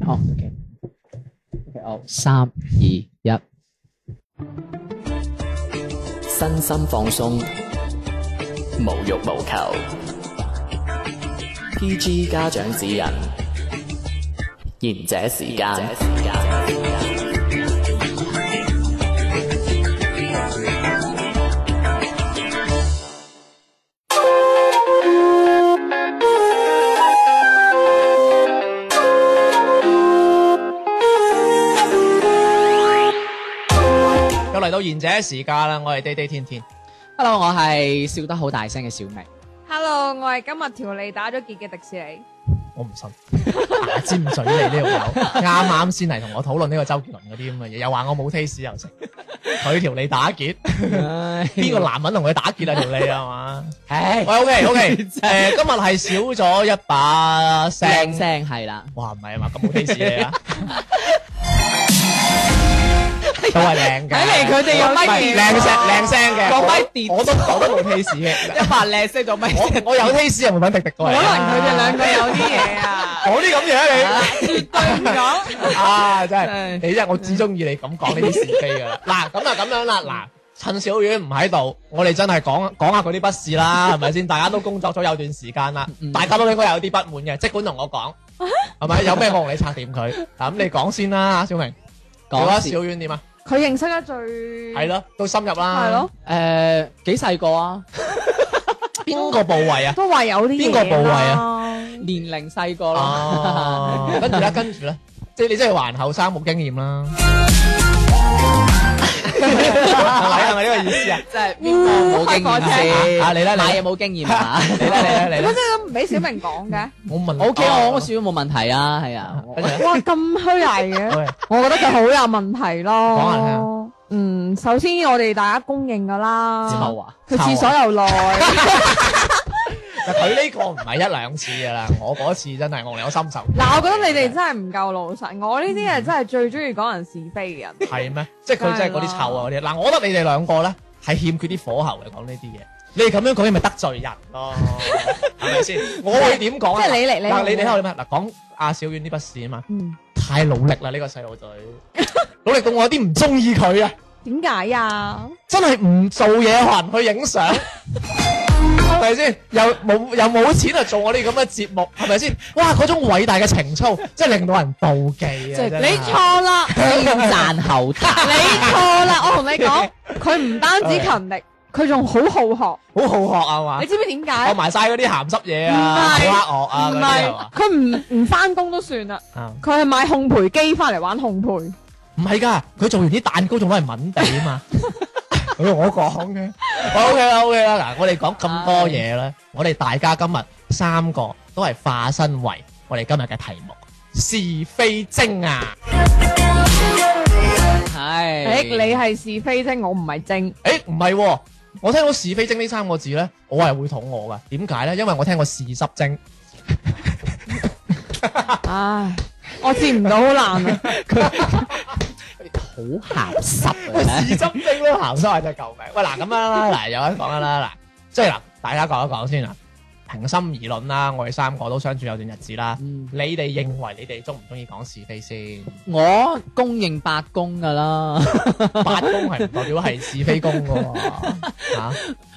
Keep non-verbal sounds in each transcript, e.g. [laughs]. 哦，OK，OK，好，三二一，身心放鬆，無欲無求。PG 家長指引，賢者時間。又嚟到賢者時間啦，我係地地天天， hello，我係笑得好大聲嘅小明， Hello，我係今日條脷打咗結嘅迪士尼。我唔信，尖嘴你呢度友，啱啱先嚟同我討論呢個周杰倫嗰啲咁嘅嘢，又話我冇 taste 又成，佢條脷 [laughs] 打結，邊個男人同佢打結啊條脷係嘛？唉喂，OK OK，誒今日係少咗一把聲聲，聲係啦，哇唔係啊嘛，咁冇 taste 你啊，都係靚嘅，睇嚟佢哋有咪唔嘢係靚喎聲靚聲嘅，個咪我我都我都冇 taste 嘅。一發靚聲咗咪我我有 taste 又唔揾迪迪過嚟可能啊，佢哋兩個有啲嘢啊，講啲咁嘢啊唔講，你啊真係真你真係我至中意你咁講呢啲是非噶啦。嗱咁啊咁樣啦，嗱趁小遠唔喺度，我哋真係講講下嗰啲不是啦，係咪先？大家都工作咗有段時間啦嗯，大家都應該有啲不滿嘅，即管同我講，係咪？有咩我同你拆掂佢 [laughs] 嗱？咁你講先啦，小明。你覺講得小笑，遠點啊？佢認識得最係，咯，都深入啦。係咯，，誒幾細個啊？邊個部位啊？都話有邊啲個部位啊？年齡細個咯，哦， [laughs] 跟住咧，跟住咧，即係你真係還後生冇經驗啦，係咪係咪呢個意 [laughs] 思啊？即係邊個冇經驗先？啊，你啦，買你啦嘢冇經驗 [laughs] 啊？你啦，你啦，你點啦解真，係唔俾小明 [laughs] 講嘅？我問 O K，哦我我少冇問題啊，係啊，哦我跟住咧哇，咁虛偽嘅。喂我覺得佢好有問題講下咯。嗯，首先我哋大家公認噶啦，臭啊！啊佢廁所又耐，嗱佢呢個唔係一兩次噶啦，我嗰次真係我令我深受。 [laughs] 嗱，我覺得你哋真係唔夠老實，我呢啲係真係最中意講人是非嘅人。係咩？即係佢真係嗰啲臭啊嗰啲。嗱，我覺得你哋兩個咧係欠缺啲火候嘅講呢啲嘢。你哋咁樣講，咪得罪人 [laughs] 咯，係咪先？我會點講啊？即係你嚟你嗱，你嚟哋喺度咩？嗱，講阿小遠啲不是啊嘛。嗯，太努力啦！呢、個細路仔，努力到我有啲唔中意佢啊！點解啊呀？真係唔做嘢還去影相，係咪先？又冇又冇錢啊，做我呢啲咁嘅節目，係咪先？哇！嗰種偉大嘅情操，真係令到人妒忌啊！即係真係你錯啦，先賺後 [laughs] 你錯啦！我同你講，佢唔單止勤 [laughs] 力，佢仲好好好好學啊學。嘛你，知唔知點學解？埋晒嗰啲鹹濕嘢啊，唔係好呃我啊嗰唔啲係嘛係，佢唔唔翻工都算啦，啊？佢係買烘焙機翻嚟玩烘焙。唔係㗎，佢做完啲蛋糕仲攞嚟抿地啊嘛。 [laughs] 佢同我講嘅。O K 啦，O K 啦，嗱，我哋講咁多嘢咧，我哋大家今日三個都係化身為我哋今日嘅題目是非精啊！係，誒，你係是非精，我唔係精。誒，唔係喎，我聽到是非精呢三個字咧，我係會肚餓㗎。點解咧？因為我聽過是濕精，啊唉，我接唔到好難 [laughs] 啊！好鹹濕喂，啊！是濕精都鹹濕係真係救命。喂，嗱咁樣啦，嗱有得講㗎啦，嗱，即係嗱，大家講一講先啦。平心而論啦，我哋三個都相處有段日子啦。嗯你哋認為你哋中唔中意講是非先？我公認八公噶啦，八公係唔代表係是非公嘅喎，嚇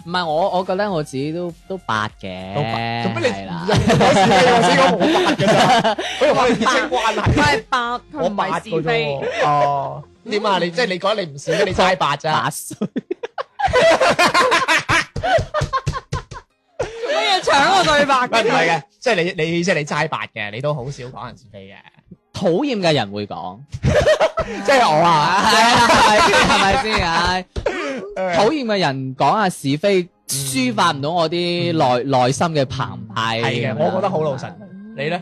唔係我，我覺得我自己都都八嘅，都八做咩係啦你？講是非我死講冇八嘅咋？佢同我哋撇清關佢係，係八，佢我唔八係個是啫非。喎。哦，點啊？你即係你覺得你唔是非，你 [laughs] 齋八咋八？歲，乜嘢搶我對白唔係唔係嘅？嘅，即係你你即係你齋八嘅，你都好少講人是非嘅。討厭嘅人會講，即係我啊， [laughs] 係啊，係咪先？係咪先？唉，好討厭嘅人講下是非，抒發唔到我啲內內心嘅澎湃。嗯係嘅，我覺得好老實。你咧？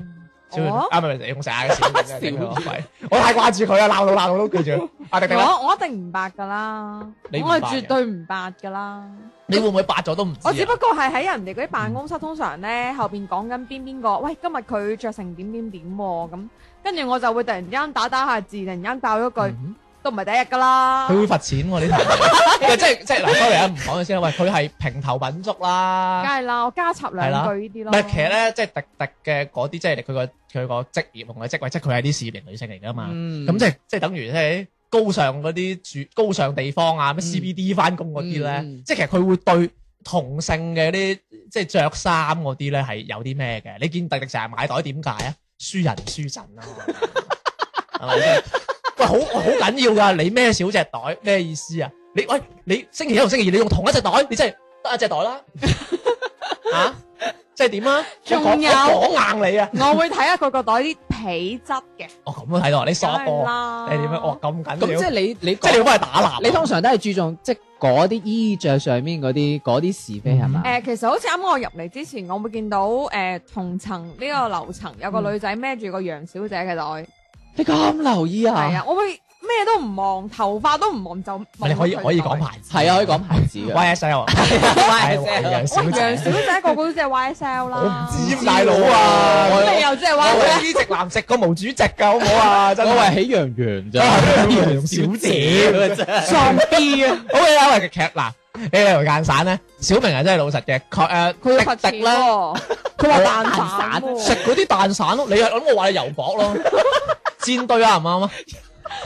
小我啊，唔係唔係，你用成日嘅小丸真係頂佢個肺我太掛住佢啦，鬧到鬧到都記住。阿迪迪呢，我我一定唔八噶啦，你唔我係八嘅絕對唔八噶啦。你會唔會八咗都唔知啊？我只不過係喺人哋嗰啲辦公室，通常咧後邊講緊邊邊個，喂，今日佢着成點點點喎咁，跟住我就會突然之間打打下字，突然間爆咗句，嗯都唔係第一噶啦。佢會罰錢喎呢題，即係即係嗱，sorry 啊，唔講咗先啦。喂，佢係平頭品足啦梗，係啦，我加插兩句呢啲唔咯。係其實咧，即係迪迪嘅嗰啲，即係佢個佢個職業同佢職位，即係佢係啲事業型女性嚟噶嘛。嗯咁即係即係等於即係高尚嗰啲住高尚地方啊，咩 CBD 翻工嗰啲咧嗯，即係其實佢會對同性嘅啲即係着衫嗰啲咧係有啲咩嘅？你見迪迪成日買袋點解啊？輸人輸陣啊，係咪先？喂，好好緊要㗎！你咩小隻袋咩意思啊？你喂你星期一同星期二你用同一隻袋，你真係得一隻袋啦，嚇、即係點啊？我講仲有我講硬你啊！我會睇下佢個袋啲皮質嘅，我咁都睇到啊，你索梗係過啦。你點樣？哦我咁緊要，咁即係你你即係你要幫佢打籃啊。你通常都係注重即係嗰啲衣着上面嗰啲嗰啲是非係嘛？嗯誒，其實好似啱啱我入嚟之前，我會見到誒同層呢個樓層有嗯個女仔孭住個楊小姐嘅袋，啊你咁留意係啊？啊，我會咩都唔望，頭髮都唔望就望唔係你可以佢可以袋講牌子，係啊，可以講牌子嘅。 YSL 係楊小喂，楊小姐，姐個個都即係 YSL 啦，我唔知知啊大佬啊，喎咁你又即係我 YSL，係呢直男食過毛主席㗎，好唔好啊？真我係係。喜羊羊咋，楊小姐撞啲啊！好嘅，因為其實嗱，你嚟間散咧，小明係真係老實嘅，佢佢要誒罰滴錢滴咧喎，佢話蛋蛋散 [laughs] 散食喎，嗰啲蛋散咯，你係諗我話你油薄咯，戰隊啱唔啱啊？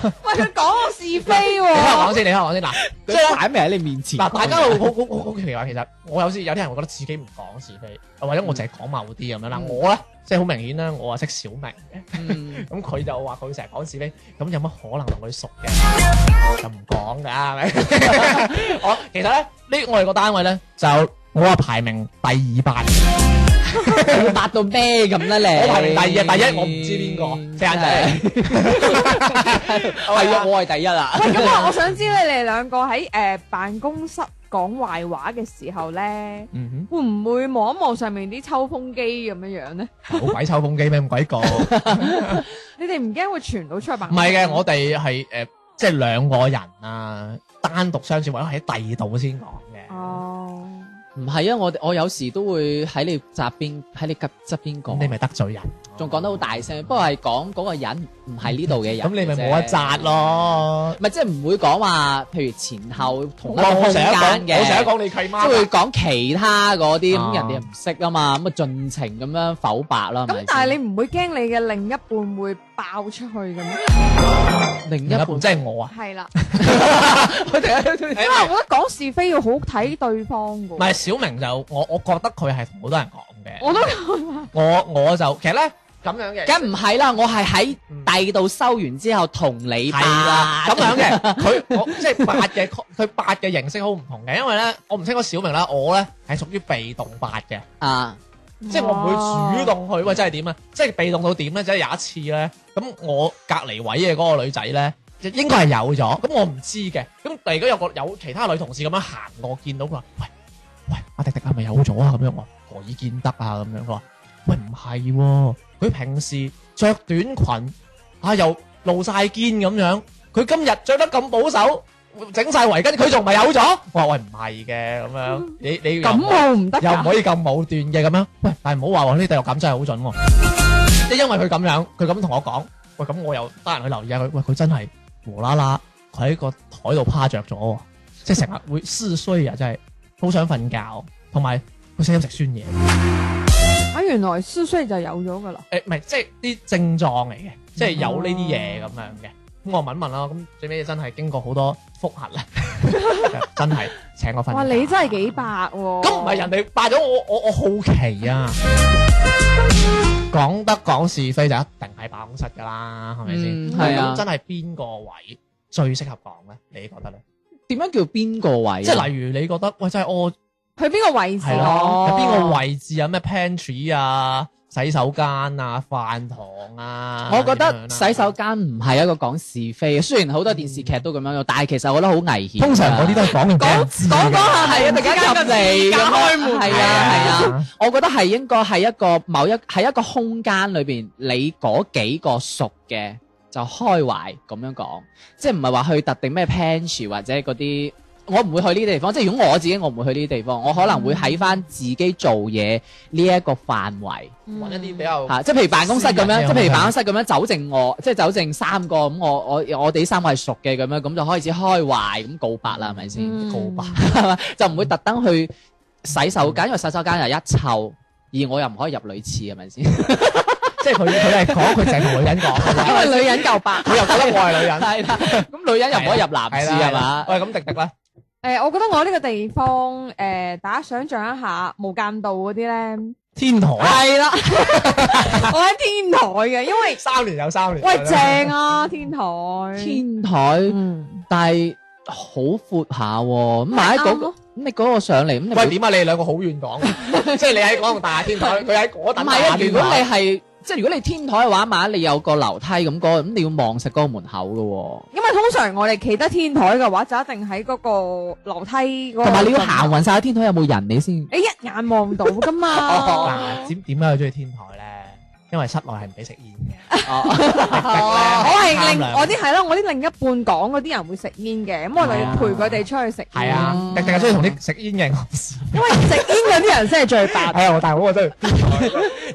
喂，佢講我是非你聽我講喎，先，你聽我講先嗱，即即係係呢擺明喺你面前。 [laughs] 嗱，大家會好好好好奇怪，其實我有時有啲人會覺得自己唔講是非，或者我淨係講某啲咁樣啦。嗯我咧即係好明顯啦，我啊識小明嘅。嗯咁佢就話佢成日講是非，咁有乜可能同佢熟嘅？就唔講㗎，係咪？ [laughs] 我其實咧，呢我哋個單位咧就我話排名第二班， [laughs] 你達到咩咁啦？你我排名第二，第一我唔知邊個，四眼 [laughs] 仔。係啊，我係第一啦。喂，咁我我想知咧，你哋兩個喺誒辦公室講壞話嘅時候咧，嗯會唔會望一望上面啲抽風機咁樣樣咧？哼，好鬼抽風機咩咁鬼講？唔你哋唔驚會傳到出去辦公室？係嘅，我哋係誒，即係兩個人啊，單獨相處或者喺第二度先講嘅。哦，唔係啊，我我有時都會喺你側邊，喺你側側邊咁你講，咪得罪人，仲講得好大聲。不過係講嗰個人唔係呢度嘅人，咁你咪冇得扎。咯。唔係即係唔會講話，譬如前後同一我個空成日間講，我成日嘅，講你契即媽係會講其他嗰啲，咁啊人哋又唔識啊嘛，咁啊盡情咁樣剖白啦。咁但係你唔會驚你嘅另一半會爆出去嘅咩？你另一另一半 [laughs] 半即係我啊。係啦，佢哋喺度因為我覺得講是非要好睇對方唔係嘅。小明就我我覺得佢係同好多人講嘅，哦我都我我就其實咧咁樣嘅，梗唔係啦，我係喺嗯第二度收完之後同你係啊啦啦，咁樣嘅，佢我即係八嘅佢八嘅形式好唔同嘅，因為咧我唔清楚小明啦，我咧係屬於被動八嘅，啊，即係我唔會主動去喂，即係點啊？即係被動到點咧？即係有一次咧，咁我隔離位嘅嗰個女仔咧。應該係有咗，咁我唔知嘅。咁但係如果有個有其他女同事咁樣行過，見到佢話：喂喂，阿迪迪係咪有咗啊？咁樣我話何以見得啊？咁樣佢話：喂唔係喎，佢平時着短裙啊又露晒肩咁樣，佢今日着得咁保守，整晒圍巾，佢仲唔係有咗？我話喂唔係嘅咁樣，你你又感唔好冒唔得 [laughs] 又唔㗎。可以咁武斷嘅咁樣。喂，但係唔好話喎，呢第六感真係好準喎、即係因為佢咁樣，佢咁同我講，喂，咁我又得閒去留意下佢。喂，佢真係無啦啦，佢喺個台度趴着咗喎，即係成日會思衰啊，真係好想瞓覺，同埋佢成日食酸嘢。啊，原來思衰就有咗㗎啦。誒唔係，即係啲症狀嚟嘅，即係有呢啲嘢咁樣嘅。咁我問一問啦，咁最尾真係經過好多複核啦，真係請我瞓覺。哇，你真係幾白哦喎！咁唔係人哋霸咗我，我我好奇啊！講得講是非就一定係辦公室噶啦，係咪先？嗯咁係啊真係邊個位最適合講咧？你覺得咧？點樣叫邊個位啊？即係例如你覺得喂，真係我去邊個位置係啦咯，哦喺邊個位置啊？咩 pantry 啊、洗手間啊、飯堂啊？我覺咁樣啦得洗手間唔係一個講是非，雖然好多電視劇都咁樣做，但係其實我覺得好危險㗎。啊通常嗰啲都係講完俾人講知講講下係啊，突突然然間間入入嚟嚟咁樣開門，係啊係啊。啊，我覺得係應該係一個某一喺一個空間裏邊，你嗰幾個熟嘅就開懷咁樣講，即係唔係話去特定咩 pantry 或者嗰啲我唔會去呢啲地方，即係如果我自己，我唔會去呢啲地方，我可能會喺翻自己做嘢呢一個範圍揾一啲比較嚇，即係譬如辦公室咁私人嘅樣，即係譬如係咪辦公室咁樣走剩我，即係走剩三個咁，我我我哋三個係熟嘅咁樣，咁就開始開懷咁告白啦，係咪先？告白就唔會特登去洗手間，因為洗手間又一臭，而我又唔可以入女廁，係咪先？即係佢佢係講佢淨係同女人講 [laughs] 㗎啫，因為女人夠白。佢又覺得我係女人，係啦，咁女人 [laughs] 又唔可以入男廁啦係嘛？喂，咁迪迪咧，诶、我覺得我呢個地方诶、誒大家想象一下無間道嗰啲 [laughs] 咧，天堂啊係啦，我喺天台嘅，因 [laughs] 為三年有三年，喂正啊天台，天台，嗯，但係好闊下喎，咁買嗰個啱咁咯你嗰個上嚟，咁你喂點啊？你哋兩個好 [laughs] 遠講，即係你喺嗰棟大廈天台，佢喺嗰唔係等大啊？廈如天果台你係即係如果你天台嘅話嘛，你有個樓梯咁嗰，咁你要望實嗰個門口嘅喎。因為通常我哋企得天台嘅話，就一定喺嗰個樓梯嗰個同埋你要行，勻晒天台有冇人你先，你一眼望到噶嘛嗱，。點點解佢中意天台咧？因為室內係唔俾食煙嘅。哦我係另貪涼我啲係啦，我啲另一半講嗰啲人會食煙嘅，咁我就要陪佢哋出去食係煙，啊，嗯迪迪係中意同啲食煙嘅人 [laughs] 講事。因為食煙嗰啲人先係最 [laughs] 白。係啊，我大佬我真係天 [laughs]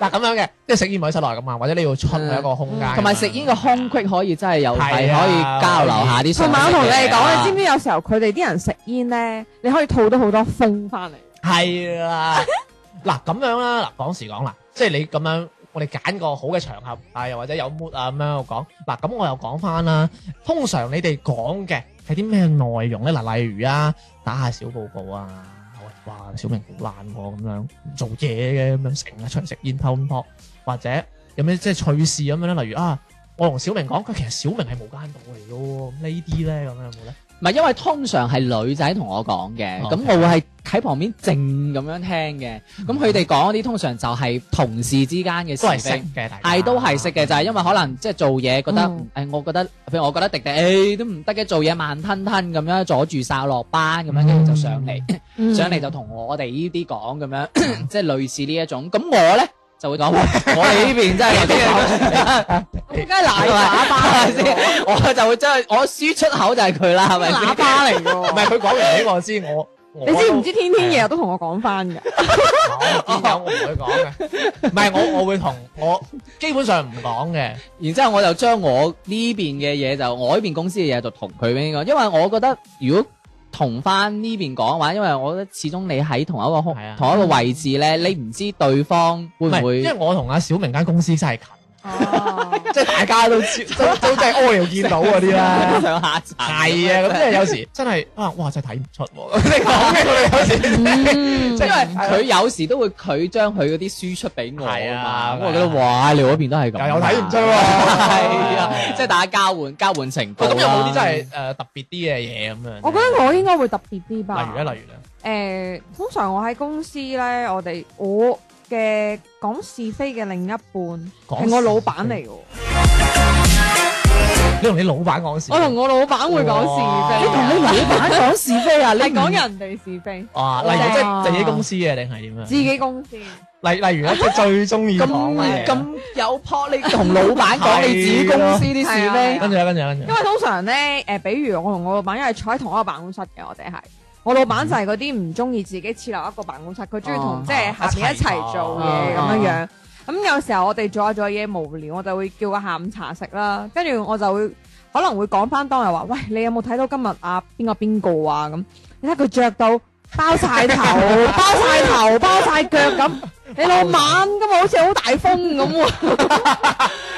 台。嗱咁樣嘅，即係食煙唔喺室內噶嘛，或者你要出去一個空間。同埋食煙個空隙可以真係有係可係啊以交流下啲信息嘅。同埋我同你哋講，啊你知唔知有時候佢哋啲人食煙咧，你可以吐到好多風翻嚟。係啦，嗱咁樣啦，嗱講時講啦，即係你咁樣，我哋揀個好嘅場合啊，又或者有 mood 啊咁樣我講。嗱咁我又講翻啦，通常你哋講嘅係啲咩內容咧？嗱，例如啊，打下小報告啊，喂，哇，小明好懶喎，咁樣唔做嘢嘅，咁樣成日出嚟食煙偷咁多，或者有咩即係趣事咁樣咧？例如啊，我同小明講，佢其實小明係無間道嚟嘅喎，咁呢啲咧咁樣有冇咧？唔係因為通常係女仔同我講嘅，咁 OK 我會係喺旁邊靜咁樣聽嘅。咁佢哋講嗰啲通常就係同事之間嘅都係是識非。嘅，大家係都係識嘅，就係因為可能即係做嘢覺得，誒嗯、我覺得，譬如我覺得迪迪，誒、都唔得嘅，做嘢慢吞吞咁樣，阻住晒我落班咁樣，跟住就上嚟，嗯上嚟就同我哋呢啲講咁樣， [clears throat] 即係類似呢一種。咁我咧就會 [laughs] 講，喂我哋呢邊真係有啲，梗係奶喇叭 [laughs] 係咪嚟先 [laughs] 㗎，？我就會將我輸出口就係佢啦，係咪先 [laughs] 喇叭嚟 [laughs] 唔係㗎。佢講完俾我知，我我你知唔都知天天日日都同我講翻㗎？我有我唔會講嘅，唔係我我會同我基本上唔講嘅，然之後我就將我呢邊嘅嘢就我呢邊公司嘅嘢就同佢邊個，因為我覺得如果同翻呢邊講嘅話，因為我覺得始終你喺同一個空、係啊同一個位置咧，你唔知對方會唔唔 [laughs] 係會因為我同阿小明間公司真係近，哦，即係大家都知都都真係屙尿見到嗰啲咧。上下層係啊，咁即係有時真係啊，哇！真係睇唔出喎， [laughs] 你講嘅佢哋有時 [laughs] 因真係嗯為佢有時都會佢將佢嗰啲輸出俾我係啊啊嘛，咁我覺得哇，你嗰邊都係咁啊，又有睇唔出係喎。啊，即係大家交換交換情報喂咁有冇啲真係係誒特別啲嘅嘢咁樣？我覺得我應該會特別啲吧。例如咧，例如咧，誒，呃通常我喺公司咧，我哋我嘅講是非嘅另一半係我老闆嚟嘅喎，你同你老闆講事。我同我老闆會講是非。哇你同你嗯老闆講是非啊？你係唔講人哋是非，哇，例如即係哇自己公司嘅定係點樣？自己公司。例例如咧，即係最中意講嘅嘢咁咁有魄 [laughs] 力同老闆講你自己公司啲事係咩啊？跟住咧，跟住咧，跟住咧。因為通常咧，誒、比如我同我老闆因為坐喺同一個辦公室嘅，我哋係我老闆就係嗰啲唔中意自己設立一個辦公室，佢中意同哦即係下面一齊做嘢咁樣樣。咁有時候我哋做下做下嘢無聊，我就會叫個下午茶食啦，跟住我就會可能會講翻當日話，喂，你有冇睇到今日啊邊個邊個啊咁？你睇佢着到。包晒頭，包晒頭，包晒腳咁，你老闆今日好似好大風咁喎。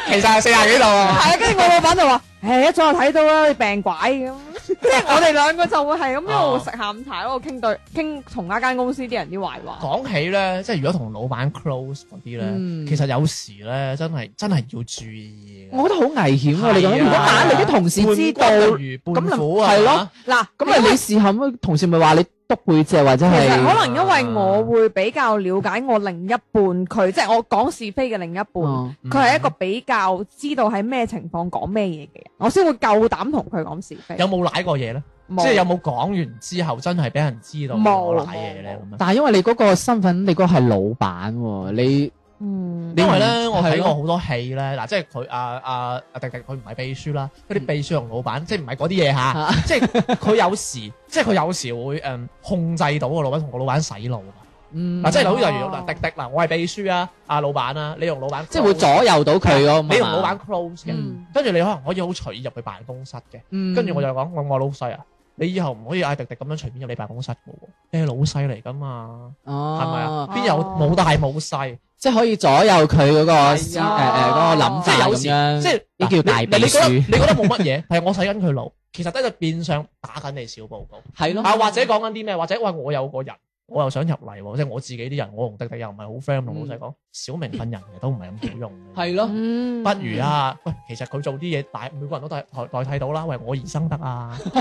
其實係四廿幾度啊！系啊，跟住我老闆就話：，诶，一早就睇到啦，你病鬼咁。即係我哋兩個就會係咁一路食下午茶，一路傾對傾同一間公司啲人啲壞話。講起咧，即係如果同老闆 close 嗰啲咧，嗯其實有時咧真係真係要注意嘅。我覺得好危險喎！你係啊講，如果萬一你啲同事知道，伴咁君如咁伴虎咪啊，係咯嘛嗱，咪你事後咁啊同事咪話你督背脊或者其係實可能因為我會比較了解我另一半，佢即係我講是非嘅另一半，佢嗯哦係一個比較知道喺咩情況講咩嘢嘅人，我先會夠膽同佢講是非。有冇舐過嘢咧？即冇係有冇講完之後真係俾人知道冇我舐嘢咧？咁樣但係因為你嗰個身份，你嗰個係老闆喎，你嗯，因為咧，嗯我睇係過咯好多戲咧，嗱，即係佢啊啊啊迪迪，佢唔係秘書啦，嗰啲秘書同老闆，即係唔係嗰啲嘢嗯啊吓， [laughs] 即係佢有時，即係佢有時會誒控制到個老闆同個老闆洗腦。啊嗯嗱，即係例如例如哦嗱，迪迪嗱，我係秘書啊，啊老闆啊，你同老闆即係會左右到佢咯。你同老闆 close 嘅，嗯跟住你可能可以好隨意入去辦公室嘅，嗯，跟住我就講我我老細啊，你以後唔可以嗌迪迪咁樣隨便入你辦公室嘅喎，你係老細嚟㗎嘛，係咪啊哦，？邊有哦冇大冇細？即係可以左右佢嗰個思誒誒嗰係啊個諗即法係有咁時，樣。即係呢叫大秘你你覺得書你覺得冇乜 [laughs] 嘢，但係我洗緊佢腦，其實都係變相打緊你小報告。係咯，啊，或者講緊啲咩？或者喂，我有個人，我又想入嚟喎，即係我自己啲人，我同迪迪又唔係好 friend，同老細講，小明份人其實都唔係咁好用嘅。係咯，嗯不如啊，喂，其實佢做啲嘢，大每個人都代代代替到啦。喂，我而生得啊，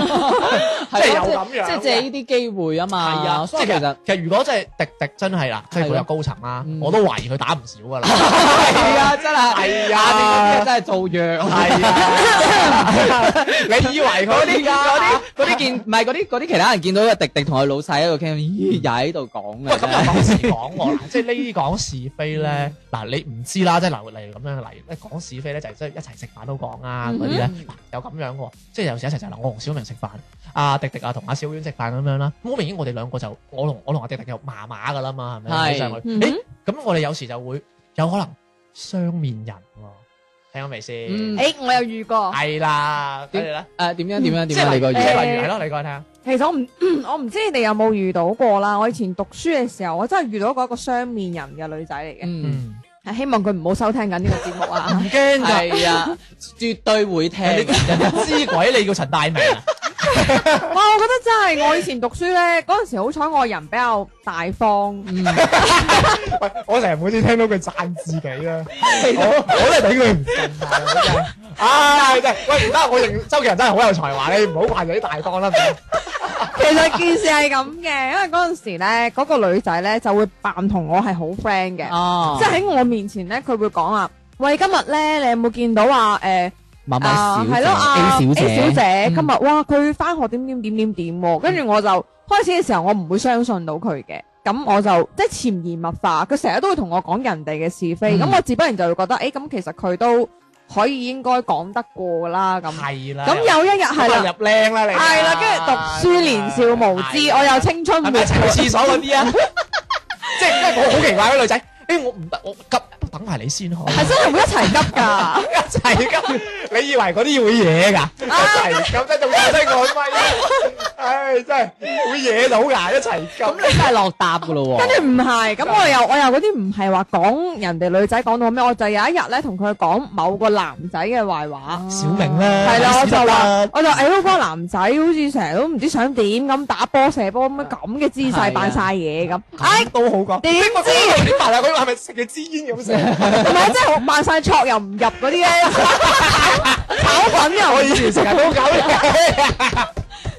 即嗯係有咁樣即係借呢啲機會啊嘛。係啊，即所以其實係其實如果真係迪迪真係啦，即係係佢啊有高層啦嗯，我都懷疑佢打唔少噶啦。係啊，真係 [laughs] [laughs] 係下邊嗰啲啊，真係做藥。係啊， [laughs] 你以為嗰佢啲啲嗰㗎啲？嗰啲見唔係嗰啲嗰啲其他人見到個迪迪同佢老細喺度傾，咦又喺度講喂，咁嘅。又冇事講喎，嗱即係呢啲講是非嗯咧，嗱你唔知啦，即係嗱例如咁樣，例如講是非咧就係即係一齊食飯都講啊嗯嗰啲咧，嗱有咁樣喎，即係有時一齊就係嗱我同小明食飯，阿迪迪啊同阿小婉食飯咁樣啦，咁好明顯我哋兩個就我同我同阿迪迪就麻麻噶啦嘛，係咪？係睇上去，嗯誒咁我哋有時就會有可能雙面人喎，聽到未先？嗯诶，我有遇過。係啦，跟住咧，誒點樣點樣即點樣係你個例如語即氣係例如係咯，你講下，其實我唔 [clears throat] 我唔知你哋有冇遇到過啦。我以前讀書嘅時候，我真係遇到過一個雙面人嘅女仔嚟嘅。嗯嗯，係啊希望佢唔好收聽緊呢個節目啊唔！驚㗎，係啊，絕對會聽人嘅。哋人哋知鬼你叫陳大明啊！哇， [laughs] 我覺得真係我以前讀書咧，嗰陣時好彩我人比較大方，喂，我成日每次聽到佢讚自己 [laughs] 啦，我我都係頂佢唔順啊！我真係唉，真係喂唔得，我認周杰倫真係好有才華，你唔好話自己大方啦。其實件事係咁嘅，因為嗰陣時咧，嗰、個女仔咧就會扮同我係好 friend 嘅，哦，即係喺我面前咧，佢會講啊，喂，今日咧，你有冇見到啊？誒、某某啊小，係咯，啊姐 A 小姐小姐，嗯今日哇，佢翻學點點點點點喎，跟住我就開始嘅時候，我唔會相信到佢嘅，咁我就即係潛移默化，佢成日都會同我講人哋嘅是非，嗯咁我自不然就會覺得，誒，咁其實佢都可以應該講得過啦，咁 [laughs] 係啦咁有一日係啦。入靚啦你。系啦，跟住讀書年少無知，我又青春係活咪一齊潑，去廁所嗰 [laughs] 啲啊？即係因為我好奇怪嗰女仔，誒我唔得，我急等埋你先 [laughs] 好。係真係會一齊急㗎。一齊急，你以為嗰啲會嘢㗎？一齊急真仲大聲我咪，唉真係會嘢到㗎，一齊急咁你真係落搭噶咯喎。跟住唔係，咁我又我又嗰啲唔係話講人哋女仔講到咩，我就有一日咧同佢講某個男仔嘅壞話，小明咧，係啦，我就話話我就誒嗰個男仔好似成日都唔知想點咁打波射波咁樣咁嘅姿係啊勢扮晒嘢咁，哎唉都好過。點知你埋嚟佢係咪食嘅支煙咁食？唔係真係好扮晒錯又唔入嗰啲咧，炒粉又唔以前成日都搞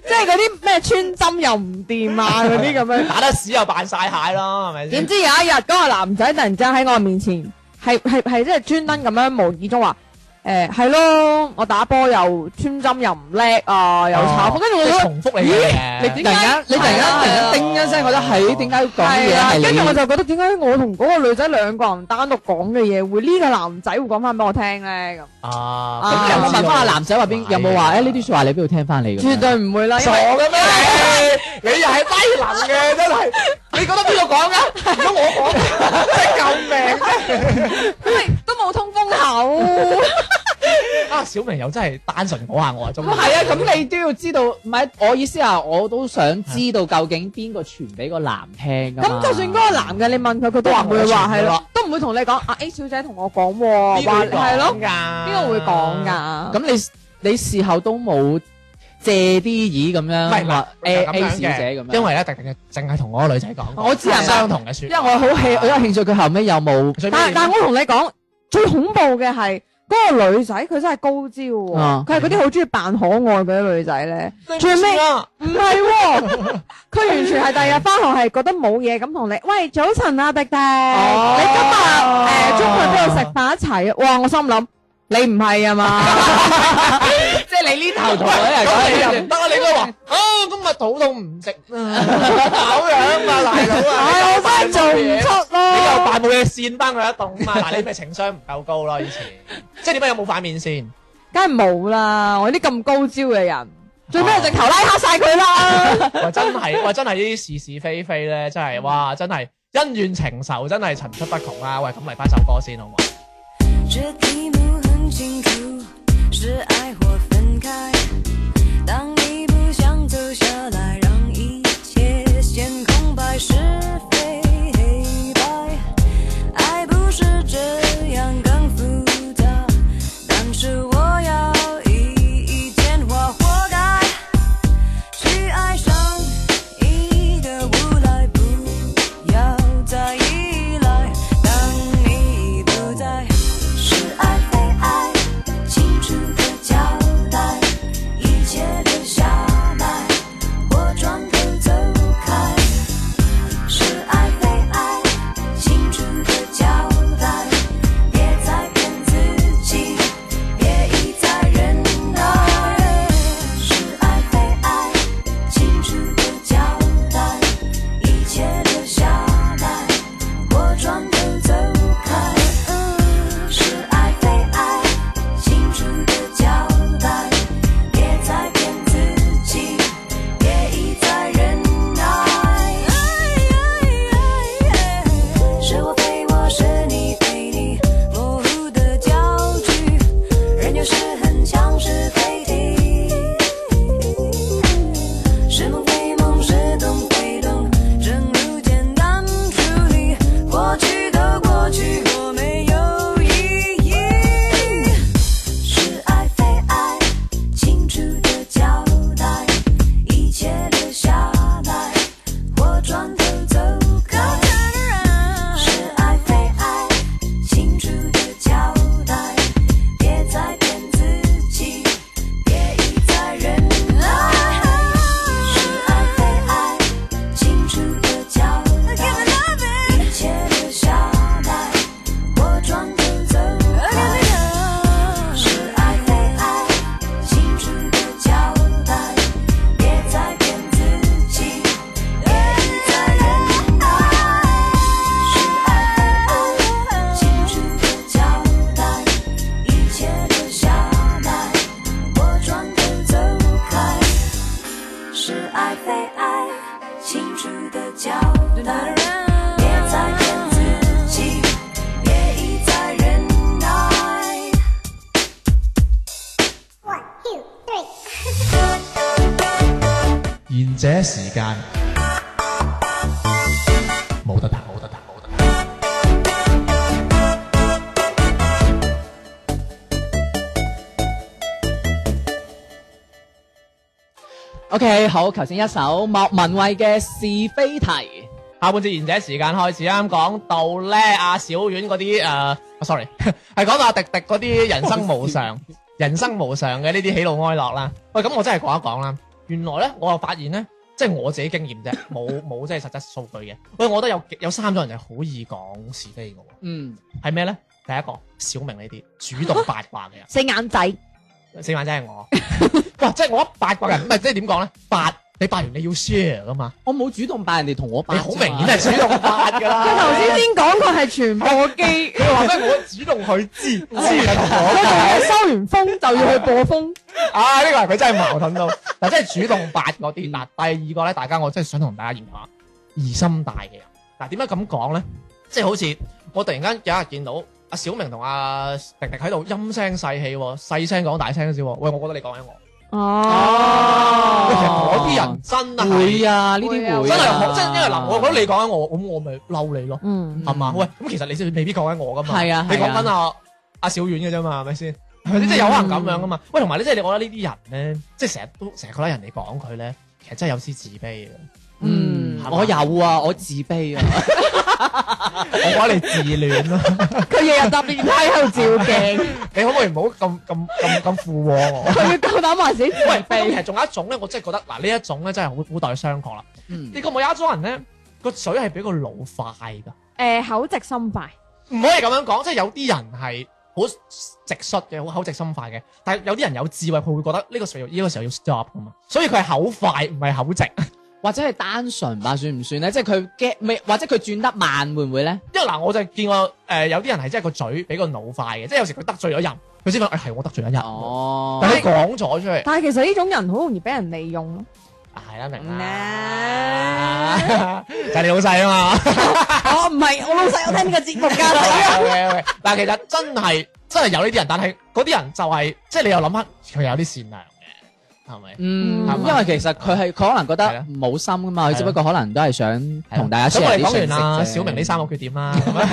即係嗰啲咩穿針又唔掂啊嗰啲咁樣。打得屎又扮晒蟹啦，係咪點先？知有一日嗰個男仔突然之間喺我面前，係係係即係專登咁樣無意中話，誒係咯，我打波又穿針又唔叻啊，又炒，跟住我即係覺得重複你嘅嘢，你突然間，你突然間係啊突然間叮一聲，覺得係點解要講嘢啊係，跟住我你？就覺得點解我同嗰個女仔兩個人單獨講嘅嘢，會呢個男仔會講翻俾我聽咧咁？啊，咁有冇問翻下個男仔話邊？有冇話誒呢啲説話你邊度聽翻嚟㗎？絕對唔會啦，因傻為嘅 [laughs] 咩？你又係低能嘅，真係。你覺得邊個講噶？如果我講，真係救命因為都冇通風口。啊！小明又真係單純嗰下，我係中咁係啊，咁你都要知道，唔係我意思係，我都想知道究竟邊個傳俾個男聽㗎嘛咁就算嗰個男嘅，你問佢，佢都唔會話係咯，都唔會同你講啊 A 小姐同我講喎，話係咯，㗎邊個會講？㗎？咁你你事後都冇借啲意咁樣唔係嗱話 Ờ, A 咁 A 樣小姐咁嘅樣，因為咧，迪迪淨係同嗰個女仔講過，我知係咪相同嘅説因話，為我好氣，我有興趣佢後尾有冇最尾但但我同你講，最恐怖嘅係嗰個女仔，佢真係高招喎、啊佢係嗰啲好中意扮可愛嗰啲女仔咧。最最尾尾啦，唔係喎，佢完全係第二日翻學係覺得冇嘢咁同你，喂早晨啊，迪迪，你今日誒中午去邊度食飯一齊啊？哇！我心諗你唔係啊嘛，即係係你呢頭同嗰啲人喂你又講唔得啊！你嗰個話啊，今日肚痛唔食啊，Ờ, 咁樣啊，大佬啊，唉，我你又扮真係做唔冇嘢出你又咯。扮冇嘢扇翻佢一棟嘛？嗱，你咪情商唔夠高咯，以前即係點解有冇反面先？梗係冇啦，我呢啲咁高招嘅人，最尾就直頭拉黑晒 [laughs] 佢啦。喂，真係，喂，真係呢啲是是非非咧，真係，哇，真係恩怨情仇真係層出不窮啊！喂，咁嚟翻首歌先好唔好？这题目很清楚，是爱或分开。当你不想走下来，让一切显空白，是非黑白。爱不是这样更复杂，但是我要一件话，活该去爱上一个无赖，不要再依赖。当你已不在，是爱非爱，清楚的交代，一切留下来，我转头走开。是爱非爱，清楚的交代，别再骗自己，别一再忍耐。是爱非爱，清楚的交代，一切留下来，我转头走开。是爱非爱，清楚的交代，别再骗自己，别一再忍耐。是我非我，是你非你，模糊的焦距，人有时很像是非题。是梦非梦，是懂非懂，正如简单处理，过去的过去，我没有意义。是爱非爱，清楚的交代，一切留下来，我转头走开。是爱非爱，清楚的交代，别再骗自己，别一再忍耐。是爱非爱，清楚的交代，一切留下来，我转头走开。是爱非爱，清楚的交代，别再骗自己，别再忍耐。是爱非爱，清楚的交代，一切留下来，我转头走开。是爱非爱，清楚的交代，别再骗自己，别一再忍耐。 One, two, three. 賢者時間冇得彈，冇得彈，冇得彈。 [laughs] OK，好，頭先一首莫文蔚嘅是非題。下半節賢者時間開始啱講到咧，阿小丸嗰啲誒啊，sorry，係 [laughs] 講到阿迪迪嗰啲人生無 [laughs] 常、人生無常嘅呢啲喜怒哀樂啦。喂，咁我真係講一講啦。原來咧，我又發現咧，即係我自己經驗 [laughs] 啫，冇冇即係實質數據嘅。喂，我覺得有有三種人係好易講是非嘅喎，嗯，係咩咧？第一個小明呢啲主動八卦嘅人。四眼仔，四萬真係我， [laughs] 哇！即係我一八個人，唔係即係點講咧？八你八完你要 share 噶嘛？我冇主動扮人哋同我你扮啫好嘛，明顯係主動八噶啦。佢頭先先講佢係傳播機，佢話咩？我主動去 [laughs] 知知佢同佢仲我要收完風就要去播講風。啊！呢個係佢真係矛盾到 [laughs] 嗱，真係主動八嗰啲嗱。第二個咧，大家我真係想同大家研究下疑心大嘅人嗱，點解咁講咧？即係好似我突然間有一日見到阿小明同阿迪迪喺度陰聲細氣喎，細聲講大聲少喎。喂，我覺得你講緊我，Ờ. 哦喂其實嗰啲人真係會啊，呢啲會真係啊學，真係因為嗱，我覺得你講緊我，咁我咪嬲你咯，嗯，係嘛？喂，咁其實你真係未必講緊我噶嘛，係啊你係啊講緊阿阿小婉嘅啫嘛，係咪先？係咪先？即係有可能咁樣噶嘛？喂，同埋咧，即係你覺得呢啲人咧，即係成日都成日覺得人哋講佢咧，其實真係有啲自卑嘅。啊嗯係，嘛我有啊，我自卑啊，我覺得你自戀咯，佢日日搭電梯喺度照鏡， [laughs] 你可唔可以唔好咁咁咁咁附和我？佢要夠膽話自己自喂，咁其卑。實仲有一種咧，我真係覺得嗱，呢一種咧真係好古代商榷啦。嗯你覺唔覺有一種人咧，個嘴係比個腦快㗎？誒，口直心快，唔可以咁樣講，即係有啲人係好直率嘅，好口直心快嘅。但係有啲人有智慧，佢會覺得呢個時候要呢、個時候要 stop 噶嘛，所以佢係口快唔係口直。 [laughs] [laughs] 或者係單純吧，算唔算咧？即係佢 get 未，或者佢轉得慢會唔會咧？因為嗱，我就見過誒、呃有啲人係真係個嘴比個腦快嘅，即係有時佢得罪咗人，佢先發覺哎係我得罪咗人，哦但，係佢講咗出嚟，但係其實呢種人好容易俾人利用咯。啊係啦明啦嗯， [laughs] 就係你老細啊嘛。 [laughs] 我唔係，我老細有聽呢個節目㗎。喂但係其實真係真係有呢啲人，但係嗰啲人就係即係你又諗翻佢有啲善良嘅，係咪？嗯，係嘛因為其實佢係佢可能覺係得啊冇心噶嘛，係佢啊只不過可能都係想同大家咁我 share 哋啲講完信息啦，啫小明呢三個缺點 [laughs] 啦，咁樣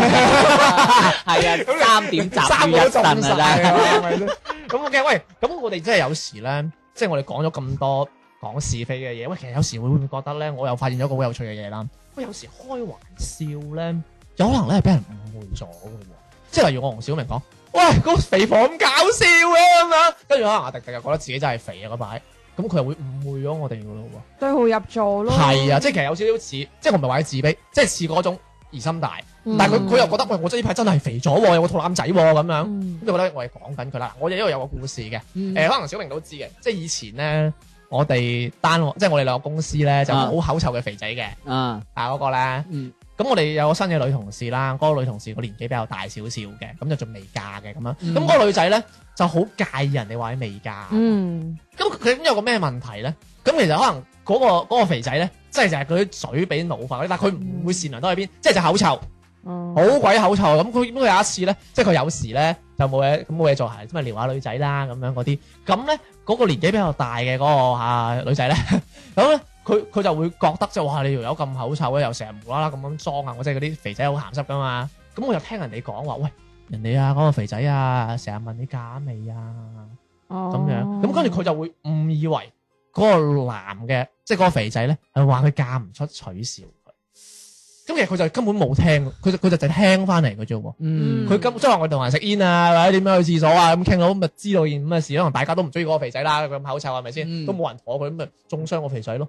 [laughs] 係啊，三點集三於個一都中凳啊，真曬係啦，係咪先咁 OK，喂，咁我哋真係有時咧，即係我哋講咗咁多講是非嘅嘢，喂，其實有時會唔會覺得咧，我又發現咗一個好有趣嘅嘢啦。喂，有時開玩笑咧，有可能咧係俾人誤會咗嘅喎。即係例如我同小明講，喂，個肥婆咁搞笑嘅咁樣，跟住可能阿迪迪又覺得自己真係肥啊嗰排，咁佢又會誤會咗我哋嘅咯喎。對號入座咯。係啊，即係其實有少少似，即係我唔係話佢自卑，即係似嗰種疑心大，嗯但係佢佢又覺得喂，我真係呢排真係肥咗喎，有個肚腩仔喎咁樣，嗯咁就覺得我係講緊佢啦。我哋因為有個故事嘅，誒、嗯可能小明都知嘅，即係以前咧，我哋單位即係我哋兩個公司咧就好口臭嘅肥仔嘅，啊，啊嗰、個咧。嗯咁我哋有個新嘅女同事啦，嗰、個女同事個年紀比較大少少嘅，咁就仲未嫁嘅咁樣。咁嗰、嗯個女仔咧就好介意人哋話佢未嫁。嗯，咁佢咁有個咩問題咧？咁其實可能嗰、個嗰個肥仔咧，即係就係佢啲嘴比腦化，但係佢唔會善良到去邊，即係就口臭，哦好鬼口臭。咁佢咁佢有一次咧，即係佢有時咧就冇嘢咁冇嘢做，係咁咪撩下女仔啦咁樣嗰啲。咁咧嗰個年紀比較大嘅嗰、個啊女仔咧， [laughs] 咁咧佢佢就會覺得就哇你條友咁口臭咧，又成日無啦啦咁樣裝啊！我即係嗰啲肥仔好鹹濕噶嘛。咁我就聽人哋講話，喂人哋啊嗰、個肥仔啊，成日問你嫁未啊？哦咁咁樣，咁跟住佢就會誤以為嗰個男嘅，即係嗰個肥仔咧，係話佢嫁唔出取笑佢。咁其實佢就根本冇聽，佢就佢就就聽翻嚟嘅啫喎。嗯佢今即係話我同人食煙啊，或者點樣去廁所啊，咁傾到咁咪知道件咁嘅事，可能大家都唔中意嗰個肥仔啦，佢咁口臭係咪嗯先？都冇人妥佢，咁咪中傷個肥仔咯。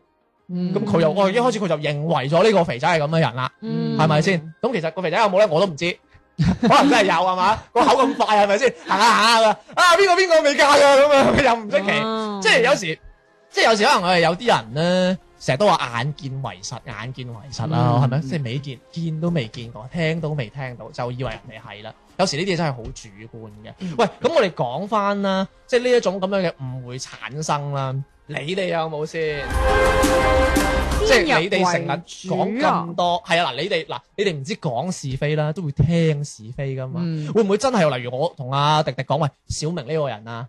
嗯咁佢又哦我一開始佢就認為咗呢個肥仔係咁嘅人啦。Ừ. 嗯係咪 Ờ. 先？咁其實個肥仔有冇咧，我都唔知， [laughs] 可能真係有係嘛？個口咁快係咪先？行下行下啊，邊個邊個未嫁㗎咁啊，又唔出奇。奇即係有時，即係有時可能我哋有啲人咧，成日都話眼見為實，眼見為實啦，嗯係咪？即係未見，見都未見過，聽都未聽到，就以為人哋係啦。有時呢啲嘢真係好主觀嘅。喂，咁我哋講翻啦，即係呢一種咁樣嘅誤會產生啦，你哋有冇先？即係你哋成啊日講咁多，係啊嗱，你哋嗱，你哋唔知講是非啦，都會聽是非噶嘛。嗯會唔會真係例如我同阿迪迪講，喂，小明呢個人啊，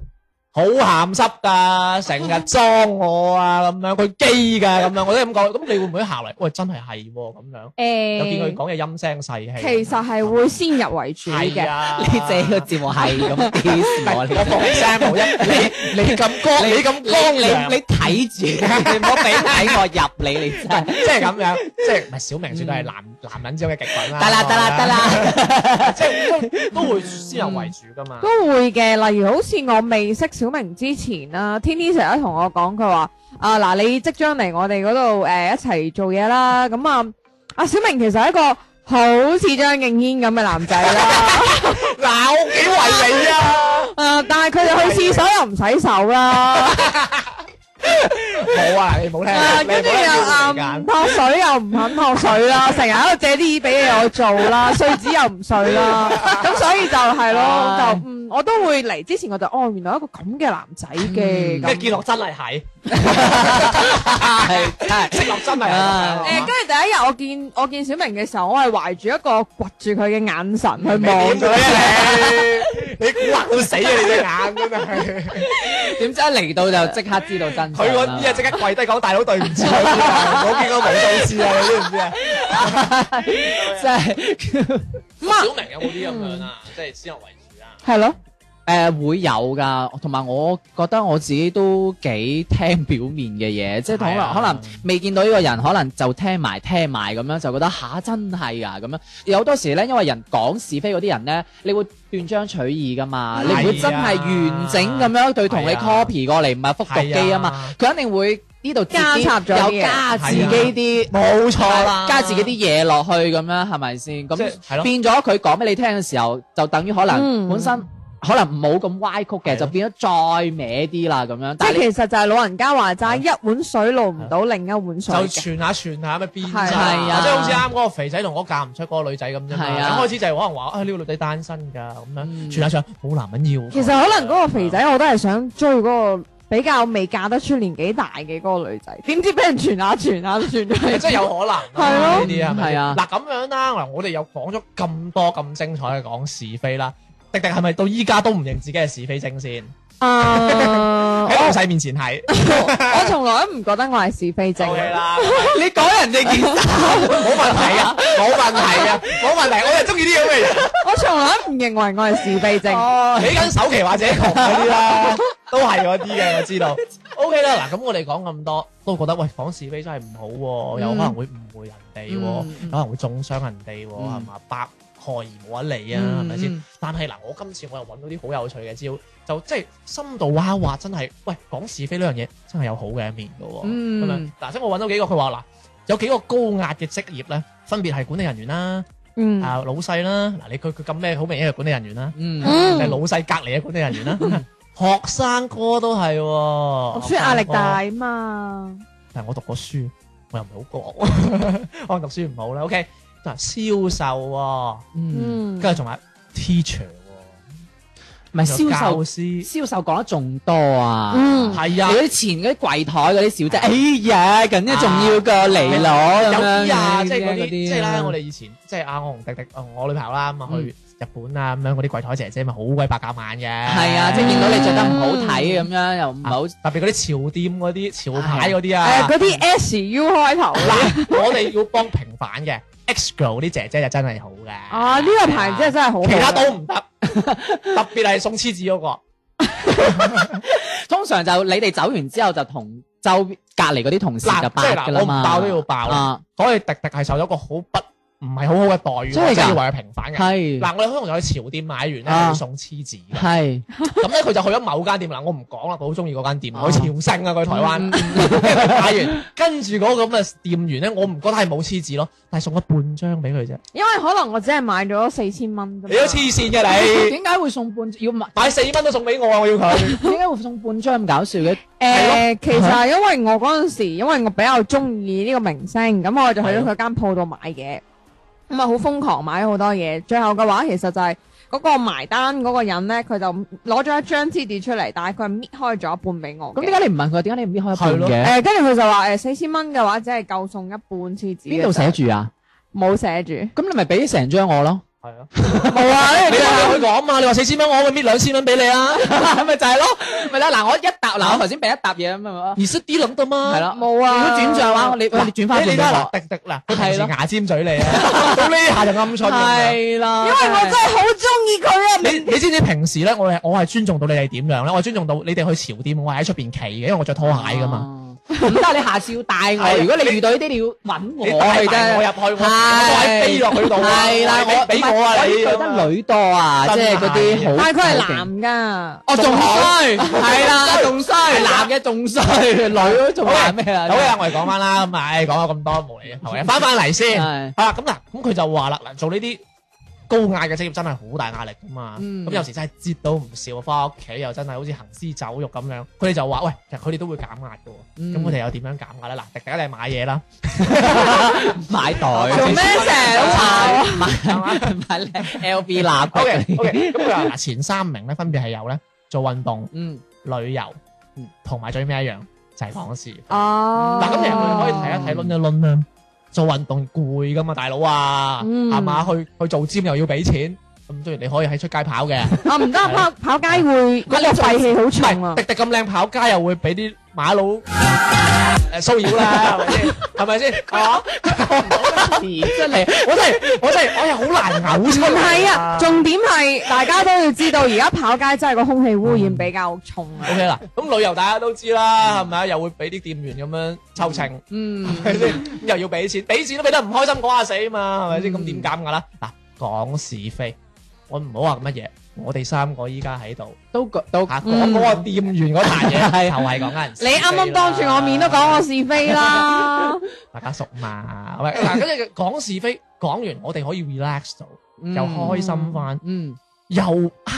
好鹹濕㗎，成日裝我啊咁樣，佢基㗎咁樣，我都係咁講。咁你會唔會效嚟？喂，真係係喎咁樣，有見佢誒，講嘢陰聲細氣。其實係會先入為主係嘅。啊，你這個節目係咁 diss 我，我你放聲 [laughs] 無一，你你咁光，你咁光你良你你睇住，你唔好俾睇我入你，你真 [laughs] 係即係咁樣，即係唔係小明算係男男人之中嘅極品啦。得啦得啦得啦，即係都都會先入為主噶嘛都。會嘅，例如好似我未識小明之前啦，天天成日同我講佢話啊嗱，你即將嚟我哋嗰度誒一齊做嘢啦，咁啊阿小明其實係一個好似張敬軒咁嘅男仔啦，嗱，我幾為你啊！啊但係佢哋去廁所又唔洗手啦，冇啊，你冇聽啊，你冇跟住聽又啊呢唔段時間。撲水又唔肯撲水啦，成日喺度借啲嘢俾嘢我做啦，碎紙又唔碎啦，咁所以就係咯，唉就嗯我都會嚟之前我就哦原來一個咁嘅男仔嘅嗯即係咁。見落真係係，係真係識落真係啊誒，跟係。住第一日我見我見小明嘅時候，我係懷住一個掘住佢嘅眼神去你點望咗佢。啊你？你蠱惑到死啊！你隻眼真係，點知一嚟到就即刻知道真佢嗰啲啊即刻跪低講大佬對唔住啊！我見過無數次啊，你知唔知啊？真係。小明有冇啲咁樣啊？即係先入為主啊？係咯，誒、會有㗎，同埋我覺得我自己都幾聽表面嘅嘢，即係可係能啊可能未見到呢個人，可能就聽埋聽埋咁樣，就覺得吓、真係啊咁樣。有好多時咧，因為人講是非嗰啲人咧，你會斷章取義㗎嘛，你唔會真係完整咁樣對同你啊係啊 à. copy 過嚟，唔係復讀機啊嘛，佢肯定會呢度加加插咗啲嘢有加自己啲。冇錯啦，加自己啲嘢落去咁樣係咪先？咁即係係咯變咗佢講俾你聽嘅時候，就等於可能嗯本身可能冇咁歪曲係嘅，咯就變咗再歪啲啦咁樣。即但係係其實就係老人家話齋，一碗水撈唔到另一碗水就嘅。傳下傳下咩變晒，係啊即係好似啱嗰個肥仔同我嫁唔出嗰個女仔咁啫嘛。係啊一開始就係可能話啊呢個女仔單身㗎咁嗯樣，傳下傳冇男人要。其實可能嗰個肥仔我都係想追嗰個比較未嫁得出年紀大嘅嗰個女仔，點知俾人傳下傳下都傳咗去。 [laughs] 即係有可能係啊咯呢啲係咪？係啊嗱咁樣啦，嗱我哋又講咗咁多咁精彩嘅講是非啦，迪迪係咪到依家都唔認自己係是非精先？啊，哦喺老細面 [laughs] 前係我從來都唔覺得我係是非精。 OK 啦，你講人哋件冇問題啊，冇問題啊，冇問題，我就中意啲咁嘅人。我從來都唔認為我係是非精。哦起緊首期或者窮嗰啲 [laughs] 啦，都係嗰啲嘅，我知道。O K 啦，嗱咁我哋講咁多，都覺得喂講是非真係唔好喎，有可能會誤會人哋喎，嗯嗯有可能會中傷人哋喎，嗯係嘛、百害而無一利啊，嗯係咪先？？但係嗱，我今次我又揾到啲好有趣嘅招，就即係深度挖一挖，真係喂講是非呢樣嘢真係有好嘅一面嘅喎。咁樣嗯，嗱，即係我揾到幾個，佢話嗱有幾個高壓嘅職業咧，分別係管理人員啦、嗯，啊老細啦，嗱你佢佢咁咩好明顯係管理人員啦。嗯嗯，嗯就係老細隔離嘅管理人員 [laughs] 啦。學生哥都係喎，讀書壓力大啊嘛。但係我讀過書，我又唔係好覺， [laughs] 可能讀書唔好啦。OK，嗱，銷售喎，嗯，嗯，跟住仲有 teacher 唔係喎，仲有銷教售，師，銷售講得仲多啊。嗯係啊你。嗰啲前嗰啲櫃台嗰啲小姐，哎呀，咁啲仲要個嚟攞有咁樣啲啊，嘅即係嗰啲，啊即係啦，我哋以前即係啊，我同迪迪，啊我女朋友啦，咁啊嗯去日本啊，咁樣嗰啲櫃台姐姐咪好鬼白鴿眼嘅，係啊，即係見到你着得唔好睇咁樣，又唔係好特別嗰啲潮店嗰啲潮牌嗰啲誒啊，嗰啲 S U 開頭嘅嗱，我哋要幫平反嘅 X Girl 啲姐姐就真係好嘅。啊，呢個牌子係真係好好。其他都唔得， [laughs] 特別係送黐紙嗰個。通常就你哋走完之後就同周隔離嗰啲同事嗱，就即爆係㗎嗱，我啦唔嘛。爆都要爆啦。啊，所以迪迪係受咗一個好不唔係好好嘅待遇，真係㗎我真係要為佢平反嘅。係嗯嗱，我哋通常去潮店買完咧，啊係會送黐紙嘅。係咁咧，佢就去咗某間店啦，我唔講啦，佢好中意嗰間店，啊佢潮聖啊，佢台灣嗯 [laughs] 買完，跟住嗰個咁嘅店員咧，我唔覺得係冇黐紙咯，但係送咗半張俾佢啫。因為可能我只係買咗四千蚊啫嘛。你都黐線嘅 [laughs] 你，點解會送半要買？買四蚊都送俾我啊！我要佢。點解會送半張咁搞笑嘅？誒，其實係因為我嗰陣時，因為我比較中意呢個明星，咁我就去咗佢間鋪度買嘢，咁啊好瘋狂買咗好多嘢。最後嘅話，其實就係嗰個埋單嗰個人咧，佢就攞咗一張 CD 出嚟，但係佢係搣開咗一半俾我嘅。咁點解你唔問佢？點解你唔搣開係一咯半嘅？誒，跟住佢就話誒四千蚊嘅話，只係夠送一半廁紙。邊度寫？住啊？冇寫住。咁你咪俾成張我 [laughs] 咯，係啊。冇啊，呢你個真係同佢講嘛，你話四千蚊，我會搣兩千蚊俾你啊。咪就係咯，咪啦嗱，我一沓嗱，我頭先俾一沓嘢咁啊，而識啲諗得嘛，係啦，冇啊如果轉帳嘅話，你喂你轉翻你俾你睇下我嗱，，滴滴嗱，係咯佢平時牙尖嘴利啊， [laughs] 到呢下就暗蠢咁樣。係啦，因為我真係好中意佢啊！你你知唔知平時咧，我係我係尊重到你哋點樣咧？我係尊重到你哋去潮店，我係喺出邊企嘅，因為我着拖鞋噶嘛。嘛。唔哦得，你下次要帶係啊我。如果你遇到呢啲，你要揾你我帶去埋我啫。入去，我我係都係飛落去度啊。係啦，你我俾我啊你。覺得女多啊，真即係係嗰啲好。但係佢係男噶，Ờ, 哦，仲衰，係啦，仲衰，男嘅仲衰，女都仲話咩啊？好啦，我哋講翻啦，咁啊，唉講咗咁多無理嘅 [laughs] 頭嘅，翻翻嚟先。係啊，咁嗱，咁佢就話啦，嗱，做呢啲高壓嘅職業真係好大壓力噶嘛，咁、嗯有時真係折到唔少，翻屋企又真係好似行屍走肉咁樣。佢哋就話，喂，其實佢哋都會減壓嘅喎，嗯咁佢哋又點樣減壓咧？嗱，第一你買嘢啦， [laughs] 買袋，做咩成日都話買買買 LV 喇叭 OK [laughs] OK，咁佢話嗱，前三名咧分別係有咧做運動、嗯，旅遊嗯，同埋最尾一樣就係講事。嗱、哦咁其實我哋可以睇一睇攆一攆啦，做運動攰噶嘛，大佬啊，嗯係嘛、去去做 gym 又要俾錢，咁當然你可以喺出街跑嘅。[laughs] 啊，唔得，跑跑街會嗰個廢氣好唔重啊係，滴滴咁靚跑街又會俾啲馬佬 [laughs] 誒騷擾啦，係咪先？係咪 [laughs] 先？係嘛？真係我真係我真係我又好難嘔出唔嚟。係啊，重點係大家都要知道，而家跑街真係個空氣污染比較重啊 [laughs] O。K 啦，咁旅遊大家都知啦，係咪啊？又會俾啲店員咁樣抽情，嗯。係咪先？咁又要俾錢，俾錢都俾得唔開心，講下死嘛，係咪先？咁點減㗎啦？嗱，講是非，我唔好話乜嘢，我哋三個依家喺度都覺都嚇，嗯講嗰個店員嗰 [laughs] 壇嘢係就係講緊你啱啱當住我面都講我是 [laughs] 非啦，大家熟 [laughs] 嘛，喂嗱，跟住講是非，講完我哋可以 relax 到，嗯又開心翻，嗯又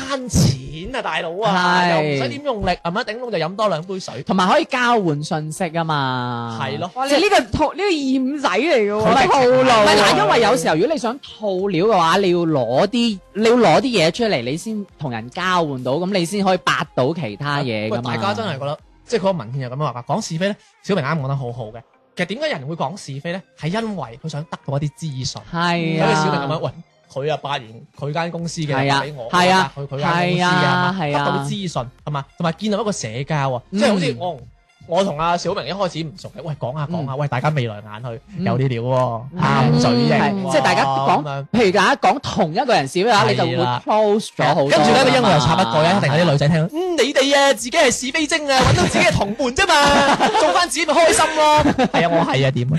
慳錢啊，大佬啊，又係唔使點用力，係咪？頂籠就飲多兩杯水，同埋可以交換信息啊嘛，係。咯。哇！你呢個套呢個二五仔嚟嘅唔係喎，套路唔係嗱，因為為有時候如果你想套料嘅話，你要攞啲你要攞啲嘢出嚟，你先同人交換到，咁你先可以八到其他嘢喂噶嘛。大家真係覺得，即係嗰個文獻就咁樣話，講是非咧，小明啱講得好好嘅。其實點解人會講是非咧？係因為佢想得到一啲資訊。係所以啊，小明咁樣，喂，佢啊霸完佢間公司嘅係啊俾我，係啊我霸佢佢間公司係嘅啊係嘛係得啊到資訊係嘛，同埋建立一個社交啊，嗯即係好似我同我同阿小明一開始唔熟嘅，喂講下講下，喂大家眉來眼去嗯有啲料喎，嗯啱嘴型係喎，即係大家講咁樣譬如大家講同一個人事嘅話，你就會係啦 close 咗好多跟住㗎咧，嘛你因為又插一句啊咧，一定有啲女仔聽到，嗯，你哋啊，自己係是非 [laughs] 精啊，揾到自己嘅同伴啫嘛，做翻自己咪開心咯。 [laughs] 係啊，我係啊，點啊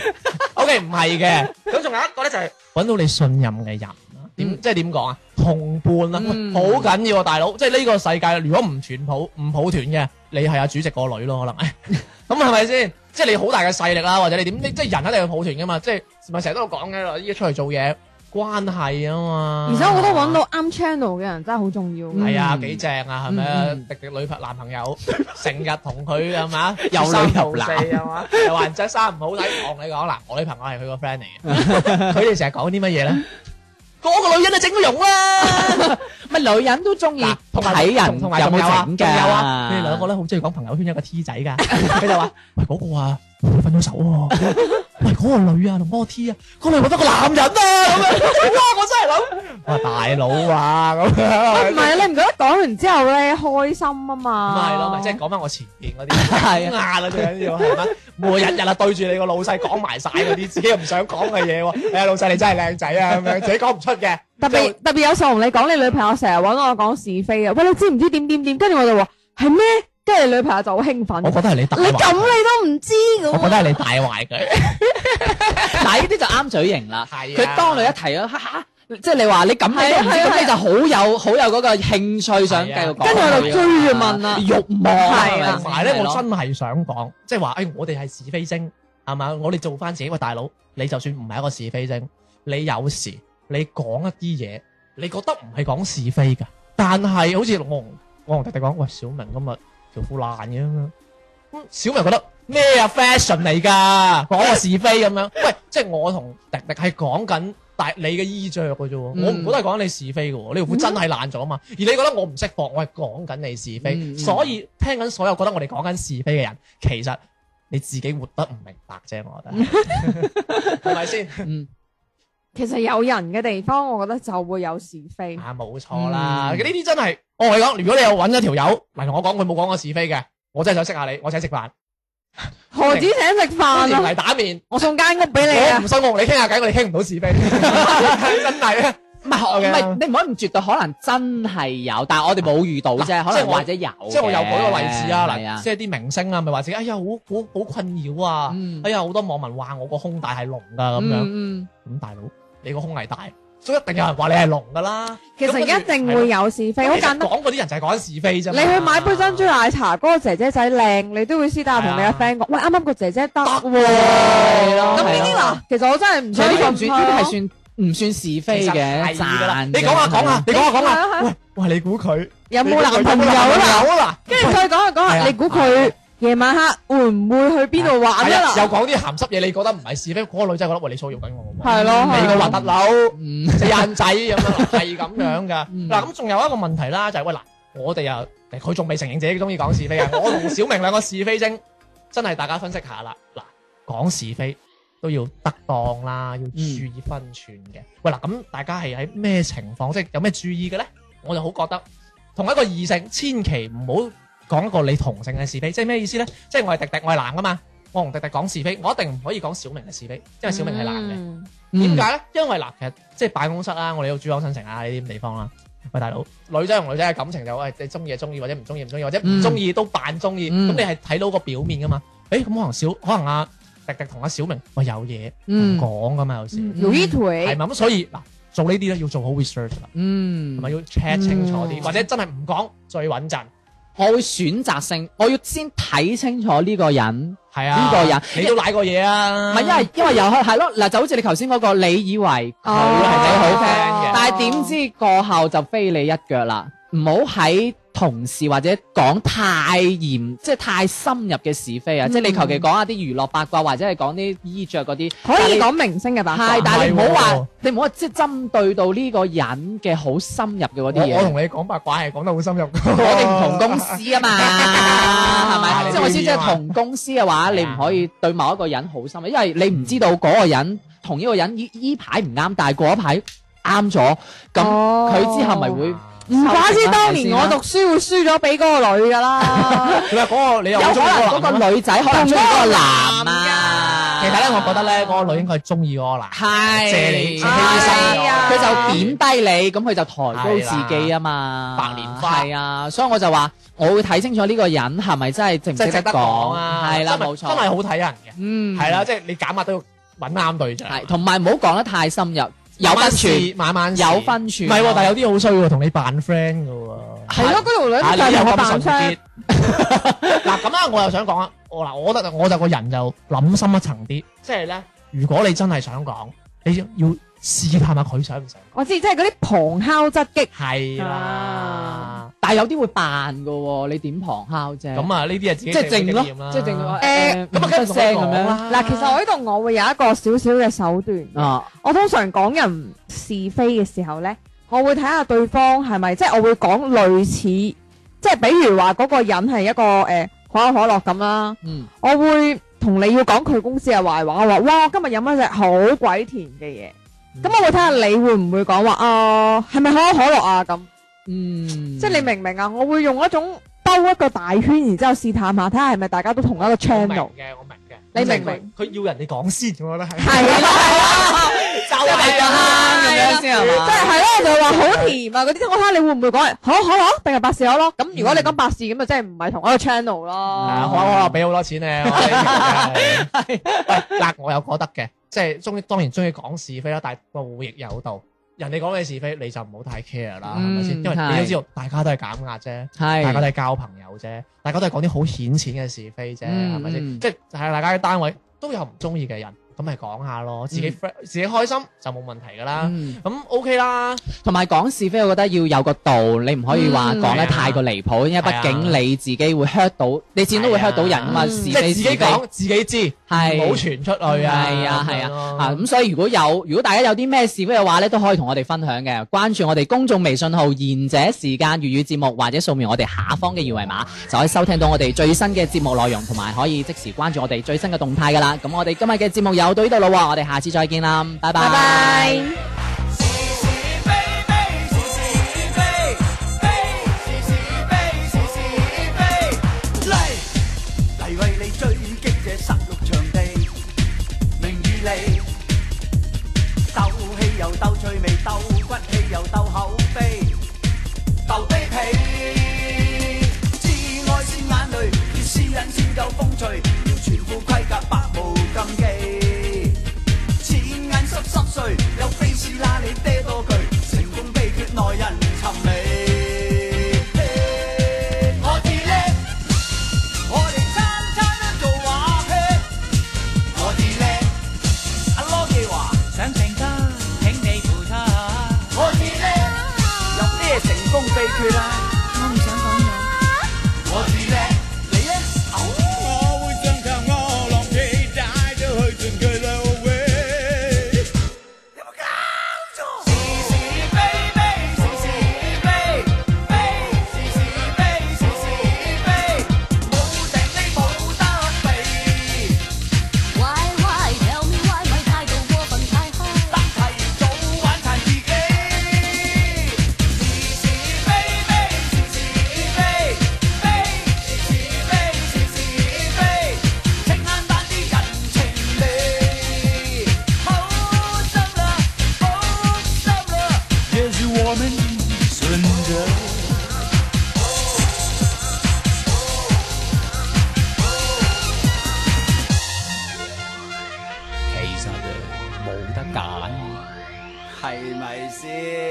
？OK，唔係嘅。咁仲有一個咧，就係揾到你信任嘅人啦。點即係點講啊？同伴啊，嗯好緊要啊，大佬！即係呢個世界，如果唔團抱唔抱團嘅，你係阿主席個女咯，可能 [laughs] 咁係咪先？即係你好大嘅勢力啦，或者你點？你即係人一定要抱團噶嘛？即係咪成日都有講嘅啦？依家出嚟做嘢關係啊嘛。而且我覺得揾到啱 channel 嘅人真係好重要㗎。系啊，嗯幾正啊，係咪啊嗯？迪迪女朋男朋友 [laughs] 成日同佢係嘛， [laughs] 又女三又無四男係嘛，又話人着衫唔好睇。我同你講嗱，我女朋友係佢個 friend 嗯嚟嘅，佢哋成日講啲乜 [laughs] 嘢咧？嗰個女人啊，整咗容啦！咪女人都中意嗱，同埋嗯睇人同埋仲有有啊，冇整仲㗎有啊，你哋兩個咧好中意講朋友圈有個 T [laughs] 仔㗎，佢就話：喂嗰個啊，佢分咗手喎。 [laughs] 喂嗰個女啊，同嗰個 T 啊，嗰個女揾到個男人啊咁樣。 [laughs] 哇！我真係諗，我話大佬啊咁喂哦唔樣。係你唔覺得講完之後咧開心啊咁嘛？咪係咯，咪即係講翻我前邊嗰啲係啊係啊啦，最緊要係咪？每日日啊對住你個老細講埋晒嗰啲自己又唔想講嘅嘢喎。哎呀，老細你真係靚仔啊，咁樣自己講唔出嘅。特別特別有時候同你講，你女朋友成日揾我講是非啊！喂，你知唔知點點點？跟住我就話係咩？跟住你女朋友就好興奮。我覺得係你大你咁壞，你都唔知嘅我喎覺得係你大壞佢。嗱，呢啲就啱嘴型啦。係啊佢當你一提咗，哈哈，即係你話你咁你都唔知，係啊係啊咁你就好有好有嗰個興趣啊想繼續講。跟住我就追住問啊啦慾望係啊係同埋咧，我真係想講，即係話，誒，我哋係是非精，係嘛？我哋做翻自己。喂，大佬，你就算唔係一個是非精，你有時你講一啲嘢，你覺得唔係講是非㗎，但係好似我同我同迪迪講，喂，小明今日條褲爛嘅咁樣，咁小明覺得咩啊 fashion 嚟㗎，講個是非咁樣。喂，即係我同迪迪係講緊。但你嘅衣着嘅啫喎，我唔覺得係講緊你是非嘅喎，你條褲真係爛咗啊嘛，而你覺得我唔識貨，我係講緊你是非，嗯嗯所以。聽緊所有覺得我哋講緊是非嘅人，其實你自己活得唔明白啫，我覺得 [laughs] 係咪先？嗯其實有人嘅地方，我覺得就會有是非。啊，冇錯啦，嗯呢啲真係我同你講，如果你又揾咗條友嚟同我講佢冇講過是非嘅，我真係想識下你，我請食飯，何止請食飯歡迎啊？嚟打面，我送間屋俾你我啊唔！信我同你傾下偈，我哋傾唔到 [laughs] 是非，真係啊！唔係，唔 OK 係，你唔可以唔絕對，可能真係有，但係我哋冇遇到啫，嗱可即係能我或者有嘅。即係我又舉個例子啊，係嗱，即係啲明星啊，咪話自己哎呀好好好困擾啊嗯，哎呀好多網民話我個胸大係隆㗎咁樣。嗯咁大佬，你個胸係大，所以一定有人話你係聾噶啦。其實一定會有是非，好咁嗰啲。簡單。講嗰啲人就係講緊是非啫你嘛。去買杯珍珠奶茶，嗰個姐姐仔靚，你都會私底下同你嘅 friend 講，喂，啱啱個姐姐得喎。係咯咁呢啲係咯啊嗱，其實我真係唔嗯，啊所以呢相唔信算呢啲係佢。算唔算是非其實嘅係㗎讚啫？啦啊你講下啊講下，你講下講下。喂喂，你估佢啊有冇男朋友啊啦？有啦。跟住再講下講係下，啊你估佢夜晚黑會唔會去邊度玩係啊啊？又講啲鹹濕嘢，你覺得唔係是非，嗰個女仔覺得喂你騷擾緊我喎。係咯，你個核係咯突佬，嗯隻眼仔咁樣，係咁樣噶。嗯嗱，咁仲有一個問題啦，就係喂嗱，我哋啊，佢仲未承認自己中意講是非啊。我同小明兩個是非精，真係大家分析下啦。嗱，講是非都要得當啦，要注意分寸嘅。喂嗱，咁大家係喺咩情況，即係有咩注意嘅咧？我就好覺得同一個異性，千祈唔好講一個你同性嘅是非，即係咩意思咧？即係我係迪迪，我係男噶嘛，我同迪迪講是非，我一定唔可以講小明嘅是非，因為小明係男嘅。嗯嗯點解咧？因為嗱，其實即係辦公室啦，我哋有珠江新城啊呢啲咁地方啦。喂，大佬，女仔同女仔嘅感情就喂，你中意就中意，或者唔中意唔中意，或者唔中意都扮中意。嗯咁你係睇到個表面噶嘛？誒，咁可能小，可能阿迪迪同阿小明喂有嘢唔嗯講噶嘛，有時嗯有一腿係咪咁？所以嗱，做呢啲咧要做好 research 啦，嗯同，埋要 check 清楚啲，嗯或者真係唔講最穩陣。我會選擇性，我要先睇清楚呢個人，係啊，呢個人你都舐過嘢唔啊，係因為因為有可係咯嗱，就好似你頭先嗰個，你以為佢哦係哦你好 friend，嘅但係點知過後就飛你一腳啦。唔好喺同事或者講太嚴，即係太深入嘅是嗯非啊！即係你求其講下啲娛樂八卦，或者係講啲衣着嗰啲，可以但係講明星嘅答你案係，，但係你唔好唔係喎話，你唔好話即係針對到呢個人嘅好深入嘅嗰啲我我嘢。同你講八卦係講得好深入，我哋唔同公司啊嘛，係啊咪？即係我先即係你都要啊同公司嘅話，你唔可以對某一個人好深入，因為你唔知道嗰個人同呢個人依依排唔啱，但係過一排啱咗，咁哦佢之後咪會。唔怪之當係咪先年我啊讀書會輸咗俾嗰個女㗎啦，你話嗰個你又有可好中意能嗰嗰個男個女仔可能中意嗰個男啊。其實咧，我覺得咧，嗰個女應該係中意嗰個男。係借你係啊哎呀佢就貶低你，咁佢就抬高自己啊嘛。白蓮花係啊，所以我就話我會睇清楚呢個人係咪真係值唔即係值值得得講講啊，係啦，真係冇錯，真係好睇人嗯嘅，係啦，即係你減壓都要揾啱對象，係同埋唔好講得太深入，有慢分慢寸，試，慢慢試有分寸。啊唔係喎，但係有啲好衰喎，同你扮 friend 嘅喎。係咯，嗰條啊女你就又係我咁扮純相潔， [laughs] 嗱咁啊，我又想講啊，我嗱，我覺得我就個人就諗深一層啲，即係咧，如果你真係想講，你要要試探下佢想唔想，我知即係嗰啲旁敲側擊，係啦啊。但係有啲會扮㗎喎，你點旁敲啫？咁啊，呢啲啊自己即係靜經驗啦咯，即係靜咯。誒咁啊，唔出跟住聲咁樣啦。嗱，其實我呢度我會有一個少少嘅手段嘅。啊。我通常講人是非嘅時候呢，我會睇下對方係咪，即係我會講類似，即係比如話嗰個人係一個誒、呃可口可樂咁啦，嗯，我會同你要講佢公司嘅壞話，我話哇，我今日飲咗隻好鬼甜嘅嘢，嗯咁、我會睇下你會唔會講話啊，係咪可口可樂啊咁，嗯，即係你明唔明啊？我會用一種兜一個大圈，然之後試探下，睇下係咪大家都同一個我明 channel，嘅，我明嘅，你明唔明？佢要人哋講先，我覺得 [laughs] 係。啊係啦， [laughs] 就係啊咁樣先係嘛即係係咯，我就話好甜啊嗰啲，我睇下你會唔會講係可口可樂定係百事可樂？咁如果你講百事咁，就真係唔係同一個 channel 啊，咯。可可樂俾好多錢咧，我 [laughs] 哋喂嗱，我又覺得嘅，即係中意當然中意講是非啦，但係個互亦有道，人哋講嘅是非你就唔好太 care 啦，係咪嗯先？因為你都係知道大家都係減壓啫，係大家都係交朋友啫，大家都係講啲好顯淺嘅是非啫，嗯係咪先？嗯即係係大家嘅單位都有唔中意嘅人，咁咪講下咯，自己 friend 自己開心就冇問題㗎啦，嗯咁 OK 啦，同埋講是非，我覺得要有個度，你唔可以話講得太過離譜，因為畢竟你自己會 hurt 到，你始終都會 hurt 到人啊嘛。嗯是即係非自己是非講自己知，唔好係傳出去啊，係啊係咁樣啊咯啊咁，所以如果有如果大家有啲咩是非嘅話咧，都可以同我哋分享嘅。關注我哋公眾微信號賢者時間粵語節目，或者掃描我哋下方嘅二維碼，就可以收聽到我哋最新嘅節目內容，同埋可以即時關注我哋最新嘅動態噶啦。咁我哋今日嘅節目有到呢度啦喎，我哋下次再見啦，拜拜拜。嚟為你追擊這十六場地，名與利，鬥氣又鬥趣味，鬥骨氣又鬥口碑，鬥卑鄙。至愛是眼淚，要私隱先夠風趣，要全副盔甲百無禁忌。錢銀濕濕碎，有非是笑。